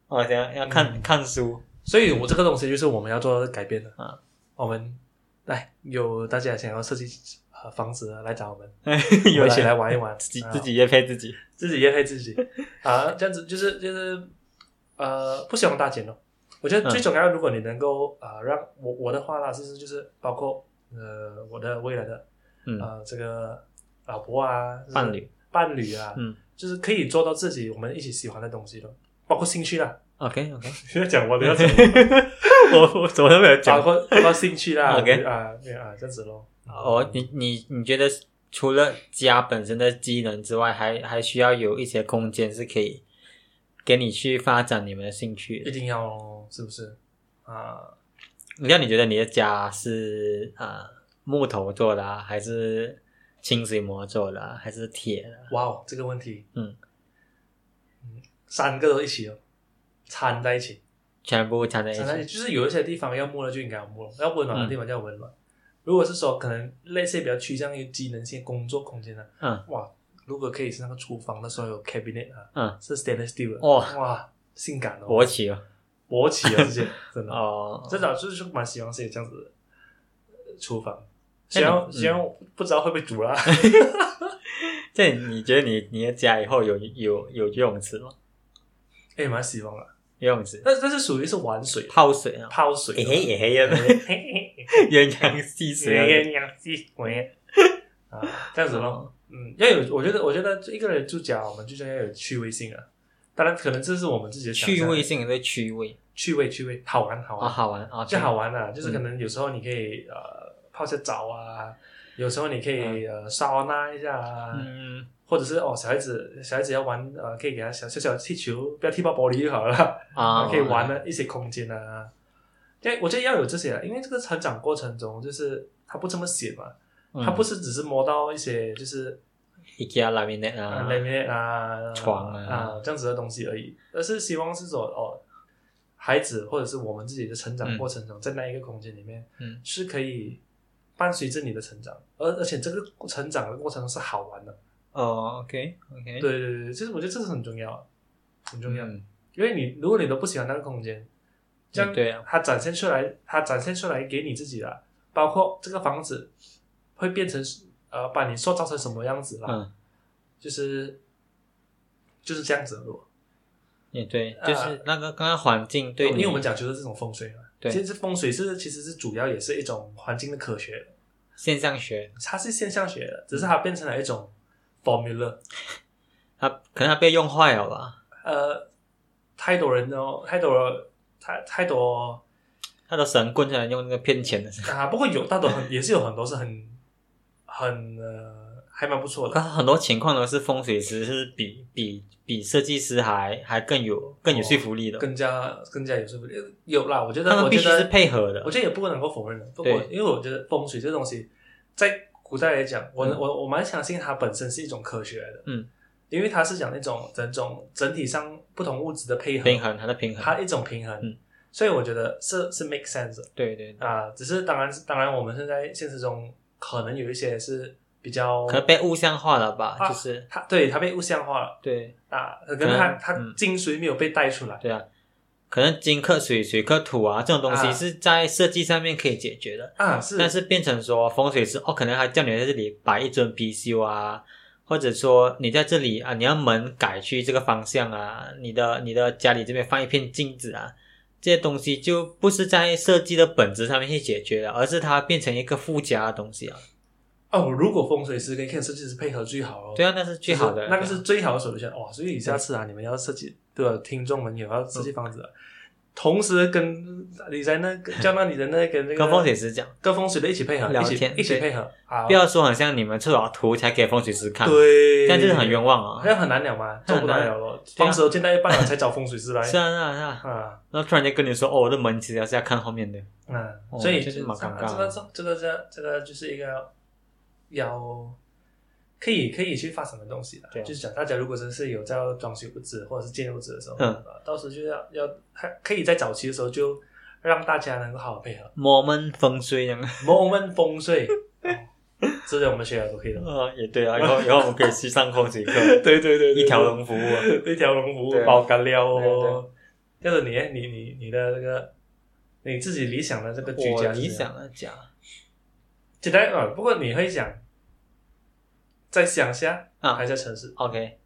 B: 哦，讲要看、
A: 嗯
B: 看书，
A: 所以我这个东西就是我们要做改变的
B: 啊。
A: 我们来有大家想要设计呃房子的来找我们，我
B: 有
A: 们一起
B: 啦
A: 来玩一玩，
B: 自己
A: 啊
B: 自己也配自己。
A: 自己也配自己 啊，这样子就是就是呃不喜欢大钱哦。我觉得
B: 嗯
A: 最重要，如果你能够啊、呃让我我的话啦，就是就是包括呃我的未来的
B: 嗯
A: 呃这个老婆啊、就是
B: 伴侣
A: 伴侣啊，
B: 嗯
A: 就是可以做到自己我们一起喜欢的东西咯，包括兴趣啦。
B: ，OK OK，
A: 要讲我的要讲，
B: 我我什么都没有
A: 包
B: 讲。
A: 括包括兴趣啦
B: OK
A: 啊对啊这样子咯。
B: 哦，你你你觉得除了家本身的机能之外，还还需要有一些空间是可以给你去发展你们的兴趣
A: 一
B: 的。
A: 定要哦，是不是啊？
B: 你像你觉得你的家是啊、呃木头做的、啊，还是清水模做的、啊，还是铁的啊？
A: 哇哦，这个问题，
B: 嗯
A: 嗯，三个都一起哦，掺在一起，
B: 全部掺在一
A: 掺在一
B: 起。
A: 起，就是有一些地方要摸的就应该要摸，要温暖的地方就要温暖。如果是说可能类似比较趋向于机能性工作空间的，啊
B: 嗯
A: 哇，如果可以是那个厨房的时候有 cabinet 啊，
B: 嗯，
A: 是 stainless steel，的
B: 哇
A: 哇，性感哦，
B: 勃起哦。
A: 勃起啊这些，真的，
B: 哦，
A: 这早就是蛮喜欢是有这样子的呃厨房。
B: 那
A: 虽
B: 你
A: 然
B: 嗯
A: 虽然我不知道会不会 煮啦，
B: 这你觉得你你的家以后有有有游泳池吗？
A: 哎，蛮喜欢的。
B: 游泳池
A: 但但是属于是玩水、
B: 泡 水啊，
A: 泡水
B: 嘿
A: 的，
B: 嘿嘿啊呀， 鸳鸯戏水啊。
A: 啊，这样子
B: 哦
A: 咯。嗯，要有，我觉得，我觉得一个人住家，我们就要有趣味性啊。当然，可能这是我们自己的想象
B: 趣味，性的趣味
A: 趣味，趣味，好玩，好
B: 啊，
A: 玩，
B: 好玩啊，
A: 就好玩啦、就是可能有时候你可以呃泡下澡啊，有时候你可以、呃烧那一下啊，
B: 嗯，
A: 或者是哦小孩子小孩子要玩呃，可以给他小小小气球，不要踢爆玻璃就好了。
B: 啊，
A: 啊， 可以玩的一些空间啊。对，我觉得要有这些啊，因为这个成长过程中，就是它不这么写嘛，
B: 嗯，
A: 它不是只是摸到一些就是
B: 一家拉面的啊
A: 啊，雷面啊、
B: 床啊
A: 啊这样子的东西而已，而是希望是说哦，孩子或者是我们自己的成长过程中，在那一个空间里面
B: 嗯
A: 是可以伴随着你的成长，而而且这个成长的过程是好玩的。
B: 哦，OK OK，
A: 对，对对对，就是我觉得这是很重要啊，很重要。
B: 嗯
A: 因为你如果你都不喜欢那个空间，这
B: 嗯
A: 样
B: 对啊
A: 它展现出来，它展现出来给你自己啦，包括这个房子会变成呃，把你塑造成什么样子啦，
B: 嗯，
A: 就是就是这样子的路。
B: 也对，
A: 啊哦
B: 就是那个刚刚环境对
A: 因
B: 你，
A: 为我们讲究的是这种风水嘛，
B: 对
A: 其实风水是其实是主要也是一种环境的科学，
B: 现象学，
A: 它是现象学的，只是它变成了一种 formula，
B: 它可能它被用坏了吧，
A: 呃，太多人哦，太多人太太多。
B: 它的神棍竟然用那个骗钱的，
A: 啊，不过有大多很也是有很多是很很呃还蛮不错
B: 可
A: 的，
B: 是很多情况都是风水师是比比比设计师还还更有哦更有说服力的，
A: 更加更加有说服力。有啦，我觉
B: 他
A: 得
B: 们
A: 我
B: 必
A: 觉
B: 须是
A: 得
B: 配合的
A: 我，觉得也不能够否认的。不过
B: 对
A: 因为我觉得风水这东西在古代来讲，我
B: 嗯
A: 我我蛮相信它本身是一种科学来的，
B: 嗯，
A: 因为它是讲那种整种整体上不同物质的配合，
B: 平衡它的平
A: 它
B: 衡，
A: 一种平衡，
B: 嗯
A: 所以我觉得是是 make sense 的。
B: 对对，对
A: 啊，只是当然，当然，我们现在现实中可能有一些是比较，
B: 可能被物象化了吧，
A: 啊
B: 就是
A: 它对它被物象化了，
B: 对
A: 啊，可能它
B: 嗯
A: 它
B: 嗯
A: 精髓没有被带出来，
B: 对啊。可能金克水，水克土啊，这种东西
A: 啊
B: 是在设计上面可以解决的，
A: 啊，是
B: 嗯但是变成说风水师哦，可能还叫你在这里摆一尊貔貅啊，或者说你在这里啊，你要门改去这个方向啊，你的你的家里这边放一片镜子啊，这些东西就不是在设计的本质上面去解决了，而是它变成一个附加的东西啊。
A: 哦，如果风水师跟设计师配合最好哦，
B: 对啊，那是最好的，
A: 就是那个
B: 对啊
A: 是最好的首选哇，所以下次啊，你们要设计对吧？听众们也要设计房子啊，
B: 嗯
A: 同时跟你在那个叫那你的那个那个
B: 跟风水师讲，
A: 跟风水的一起配合，
B: 聊
A: 一起
B: 天
A: 一起
B: 对
A: 配合，好
B: 不，要说很像你们出了图才给风水师看，
A: 对，
B: 这样就是很冤枉
A: 好
B: 啊。
A: 像很难了嘛，做不
B: 很难
A: 了了，房子都建到一 半了才找风水师来
B: 是啊是啊是啊，
A: 啊。
B: 然后突然间跟你说哦，我的门其实是要看后面的，
A: 嗯
B: 哦，
A: 所以
B: 这是蛮尴尬
A: 这
B: 的
A: 个这这个这这个就是一个要可以可以去发展的东西了。
B: 对啊
A: 就是讲大家如果真是有在装修屋子或者是建屋子的时候，
B: 嗯
A: 啊，到时就要要还可以在早期的时候就让大家能够好好配合
B: 摩门风水这样。
A: ，moment 风水，哦这些我们学了都可 以的。
B: 啊，也 对啊，以后以后我们可以去上空水课，
A: 对对对
B: 一条龙服务啊。
A: 一条龙服
B: 对
A: 务
B: 啊
A: 包干料
B: 对啊
A: 哦。要是你呢你你你的这个你自己理想的这个居
B: 我
A: 家是
B: 理
A: 怎样
B: 想的家，
A: 简单啊，不过你会想在乡下
B: 啊
A: 还是在城市？
B: ，OK。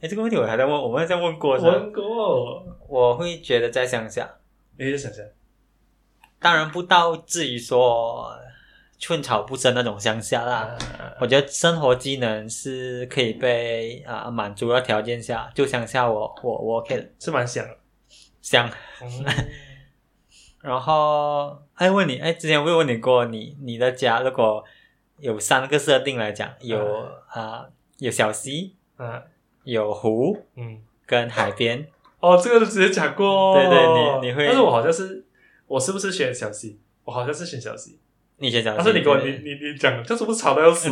B: 哎，这个问题我还在问，我们还在问过是吧
A: 问过，
B: 我会觉得在乡下，
A: 你在乡下
B: 当然不到至于说寸草不生那种乡下啦。？我觉得生活机能是可以被啊、满足的条件下，就乡下我我我 OK 的
A: 是蛮想的。嗯
B: 乡。然后，哎，问你，哎，之前我有问你过，你你的家如果有三个设定来讲，有
A: 嗯
B: 啊、有小溪，
A: 啊，
B: 有湖
A: 嗯，
B: 跟海边，
A: 哦，这个就直接讲过哦。
B: 对对你你会
A: 但是我好像是，我是不是选小溪？我好像是选小溪。啊
B: 你啊先讲。
A: 但是你给我
B: 对
A: 你
B: 对对
A: 你你讲，这是不是吵得要 死？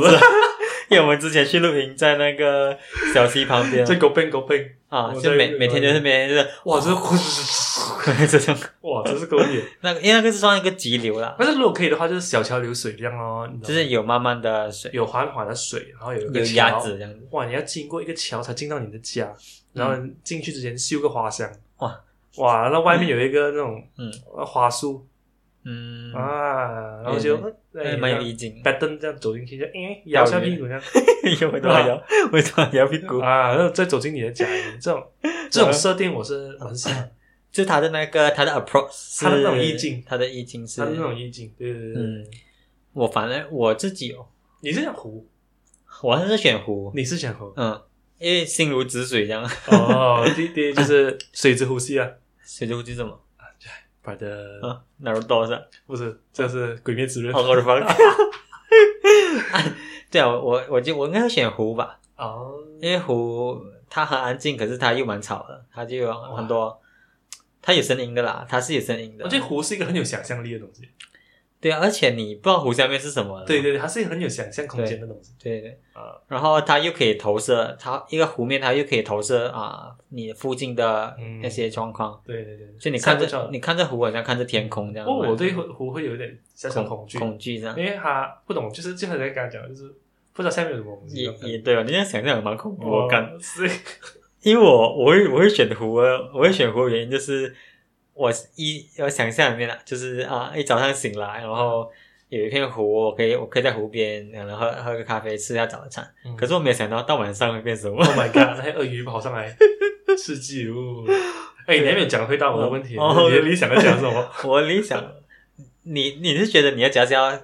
B: 因为我们之前去露营，在那个小溪旁边
A: 这狗笨狗笨，
B: 啊，
A: 我
B: 就
A: 在
B: 每
A: 那个
B: 每天就是每天就是
A: 哇，这
B: 这种，
A: 哇，这是狗眼。
B: 那个因为那个是算一个急流啦，
A: 但是如果可以的话，就是小桥流水这样哦，你知道吗
B: 就是有慢慢的水，
A: 有缓缓的水，然后有一个
B: 有
A: 桥
B: 鸭子这样子，
A: 哇，你要经过一个桥才进到你的家，然后进去之前嗅个花香，
B: 嗯哇
A: 哇，那外面有一个那种
B: 嗯
A: 呃花束
B: 嗯，
A: 啊，然后就
B: 那蛮有意 境。
A: 拜登这样走进去，就哎摇下屁股这样
B: 有我突然摇，我突然摇屁股。
A: 啊，然后再走进你的家里，这种这种设定我是我很喜
B: 嗯
A: 欢，
B: 就他的那个他的 approach，是
A: 他的那种意境
B: 他的意境是
A: 它，的那种意境，对对对对，
B: 嗯，我反正我自己哦，
A: 你是想湖，
B: 我还是选湖，
A: 你是想湖
B: 嗯，因为心如止水这样，
A: 哦，第第一就是水之呼吸啊，
B: 水之呼吸什么？
A: 把的
B: 啊，哪儿多 少？
A: 不是，这是鬼灭之刃
B: 好我的房。 对啊，我我就我应该会选湖吧，
A: 哦，
B: 因为湖它很安静，可是它又蛮吵的，它就有很多，它有声音的啦，它是有声音的
A: 我。觉得湖是一个很有想象力的东西。
B: 对啊，而且你不知道湖下面是什么的。
A: 对对对，它是一个很有想象空间的东西。
B: 对对，
A: 啊
B: 然后它又可以投射，它一个湖面它又可以投射啊，你附近的
A: 嗯
B: 那些状况，
A: 对对对，
B: 所以你看
A: 不到
B: 着。你看着湖，好像看着天空这样。
A: 不过我对湖湖会有点小小恐惧，
B: 恐惧这 样
A: 因，为它不懂，就是就像刚刚讲，就是不知道下面有什么东西
B: 也。也对哦，你这样想象也蛮恐怖。
A: 哦
B: 我感，
A: 是
B: 因为我我会我会选湖的，我会选湖的原因就是我一我想象里面啊，就是啊，一早上醒来，然后有一片湖，我可以我可以在湖边，然后喝喝个咖啡，吃一下早餐。可是我没有想到到晚上会变什么。
A: 嗯，Oh my God，那些鳄鱼跑上来吃记录。哎，你还没有讲回答我的问题，
B: 哦
A: 你的理想在讲什 么？
B: 我理想，你你是觉得你的家是要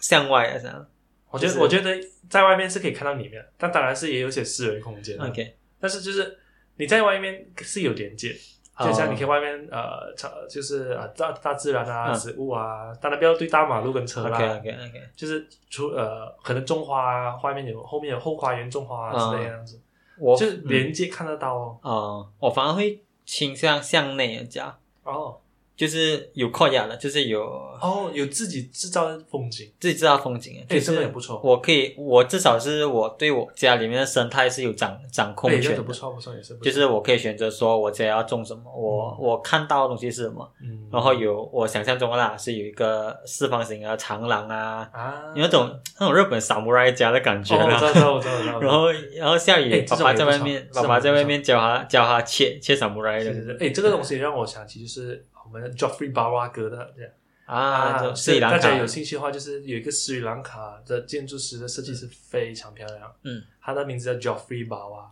B: 向外啊的是吧
A: 我觉
B: 就
A: 得
B: 是
A: 我觉得在外面是可以看到里面，但当然是也有些私人空间啊。
B: ？OK，
A: 但是就是你在外面是有连接，就像你可以
B: 以
A: 外面呃，草就是啊大大自然啊，
B: 嗯
A: 植物啊，当然不要对大马路跟车
B: OK
A: 啦。
B: OK OK，
A: 就是除呃，可能种花啊，外面有后面有后花园种花啊
B: 嗯
A: 之类的样子，
B: 我
A: 就是
B: 嗯
A: 连接看得到哦。
B: 哦，我反而会倾向向内的家，
A: 哦
B: 就是有扩雅的，就是有
A: 哦，有自己制造的风景，
B: 自己制造风景的，啊
A: 哎，
B: 就
A: 这个也
B: 是
A: 不错，
B: 我可以，我至少是我对我家里面的生态是有掌掌控
A: 哎对，这个
B: 权
A: 不
B: 的。
A: 错不错，也是不错
B: 就是我可以选择说，我家要种什么，我、
A: 嗯
B: 我看到的东西是什么，
A: 嗯，
B: 然后有我想象中的啦，是有一个四方形的长廊啊，
A: 啊，
B: 有那种那种日本 samurai 家的感觉
A: 哦，我
B: 啦
A: 知道知道我知道我知 道，
B: 然后然后下
A: 哎
B: 雨，
A: 这
B: 爸爸在
A: 种也不
B: 外
A: 错
B: 面，
A: 这种
B: 爸爸
A: 也
B: 在
A: 不
B: 外
A: 错
B: 面教他教他切切 samurai
A: 是
B: 的
A: 是是，哎，这个东西让我想起就是我们的 Joffrey Bawa 哥的这样
B: 啊，这种斯
A: 是
B: 里兰
A: 大
B: 卡
A: 家有兴趣的话，就是有一个斯里兰卡的建筑师的设计师非常漂亮，
B: 嗯，
A: 他的名字叫 Joffrey Bawa，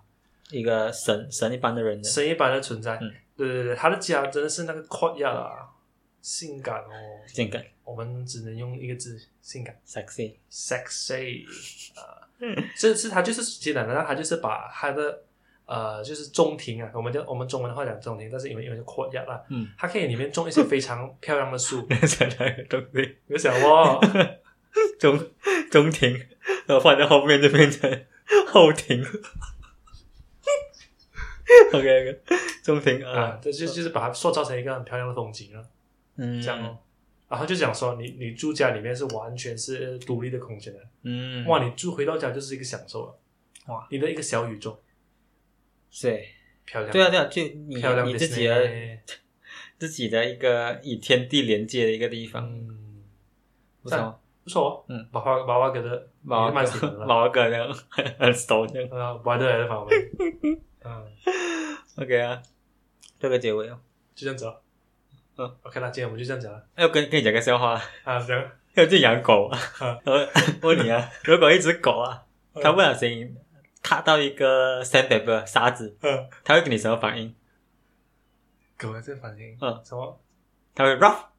B: 一个神神一般的人的，
A: 神一般的存在。
B: 嗯
A: 对对对，他的家真的是那个 courtyard 啊，性感哦。
B: 性感
A: 我们只能用一个字，性感
B: sexy，
A: ，sexy 啊。
B: 嗯
A: 这次他就是简单的，他就是把他的呃，就是中庭啊，我们叫我们中文的话讲中庭，但是因为因为是 courtyard 啦，
B: 嗯，。
A: 它可以里面种一些非常漂亮的树
B: 想那个中庭
A: 有想哦，
B: 嗯 中中庭，然后放在后面就变成后庭。OK OK，中庭
A: 啊
B: 啊，，
A: 这就就是把它塑造成一个很漂亮的风景啊，
B: 嗯，
A: 这样哦。然后就讲说，你你住家里面是完全是独立的空间的，
B: 嗯，
A: 哇，你住回到家就是一个享受了，
B: 哇，
A: 你的一个小宇宙，
B: 对
A: 漂亮，
B: 对啊对啊，就你
A: 漂亮
B: 你
A: 的哎
B: 自己的
A: Disney
B: 自己的一个与天地连接的一个地方，
A: 嗯，
B: 不错。
A: 不错，哦
B: 嗯，
A: 娃娃娃娃哥的，
B: 毛
A: 蛮
B: 哥
A: 喜欢 的，
B: 毛哥这样很熟 这样。
A: 呃，玩的来的蛮好玩， 嗯，
B: OK 啊，这个结尾哦。
A: 就这样子了，
B: 嗯
A: ，OK 了，今天我们就这样子了，
B: 哎，我跟跟你讲个笑话，
A: 啊，这样，
B: 要去养狗啊
A: 嗯。
B: 然后问你 啊，如果一只狗啊，
A: 嗯
B: 它不小心踏到一个 sandpaper 沙子，
A: 嗯，
B: 它会给你什么反应？
A: 狗的这反应，
B: 嗯
A: 什么？
B: 它会 rough。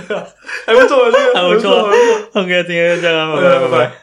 A: 还不错，这个
B: 还不错
A: 还不错
B: OK，今天就这样啊，
A: 哎拜
B: 拜
A: 拜
B: 拜
A: 拜
B: 拜
A: 拜
B: 拜。